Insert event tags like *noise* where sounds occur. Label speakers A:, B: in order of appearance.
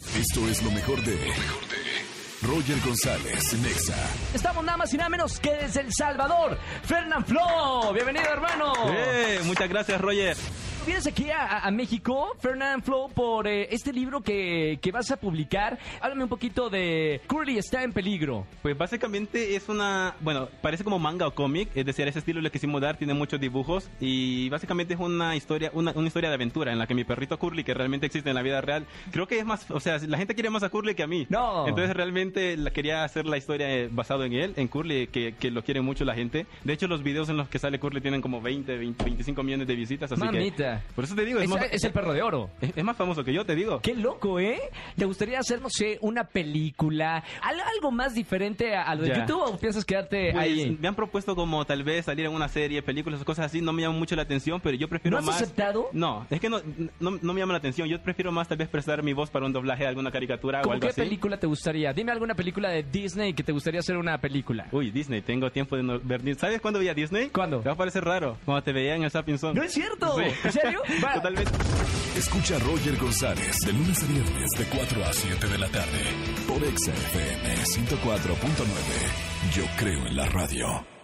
A: Esto es lo mejor de. Roger González, Nexa.
B: Estamos nada más y nada menos que desde El Salvador. Fernán Flo, bienvenido hermano.
C: Eh, muchas gracias, Roger.
B: Vienes aquí a, a México, Fernán Flo, por eh, este libro que, que vas a publicar. Háblame un poquito de Curly está en peligro.
C: Pues básicamente es una, bueno, parece como manga o cómic, es decir, ese estilo le quisimos dar, tiene muchos dibujos y básicamente es una historia, una, una historia de aventura en la que mi perrito Curly, que realmente existe en la vida real, creo que es más, o sea, la gente quiere más a Curly que a mí.
B: No.
C: Entonces realmente la, quería hacer la historia eh, basado en él, en Curly, que, que lo quiere mucho la gente. De hecho, los videos en los que sale Curly tienen como 20, 20, 25 millones de visitas, así que...
B: Mamita.
C: Por eso te digo, es,
B: Es,
C: más,
B: es el perro de oro.
C: es- es más famoso que yo, te digo.
B: Qué loco, ¿eh? ¿Te gustaría hacer, no sé, una película? al- ¿Algo más diferente a, a lo de
C: Ya.
B: YouTube o piensas quedarte
C: Pues,
B: ahí?
C: Me han propuesto como tal vez salir en una serie, películas o cosas así, no me llama mucho la atención, pero yo prefiero
B: ¿No has
C: más...
B: aceptado?
C: No, es que no, no, no me llama la atención, yo prefiero más tal vez prestar mi voz para un doblaje de alguna caricatura o
B: ¿Cómo
C: algo
B: qué
C: así.
B: película te gustaría? Dime alguna película de Disney que te gustaría hacer una película.
C: Uy, Disney, tengo tiempo de no ver Disney. ¿Sabes cuándo veía Disney?
B: ¿Cuándo?
C: Te va a parecer raro, cuando te veía en el Sapping Zone.
B: ¡No es cierto!
C: Sí.
B: ¿En
C: *laughs*
B: serio? Va,
C: Totalmente.
A: Escucha a Roger González de lunes a viernes de 4 a 7 de la tarde por Exa FM 104.9. Yo creo en la radio.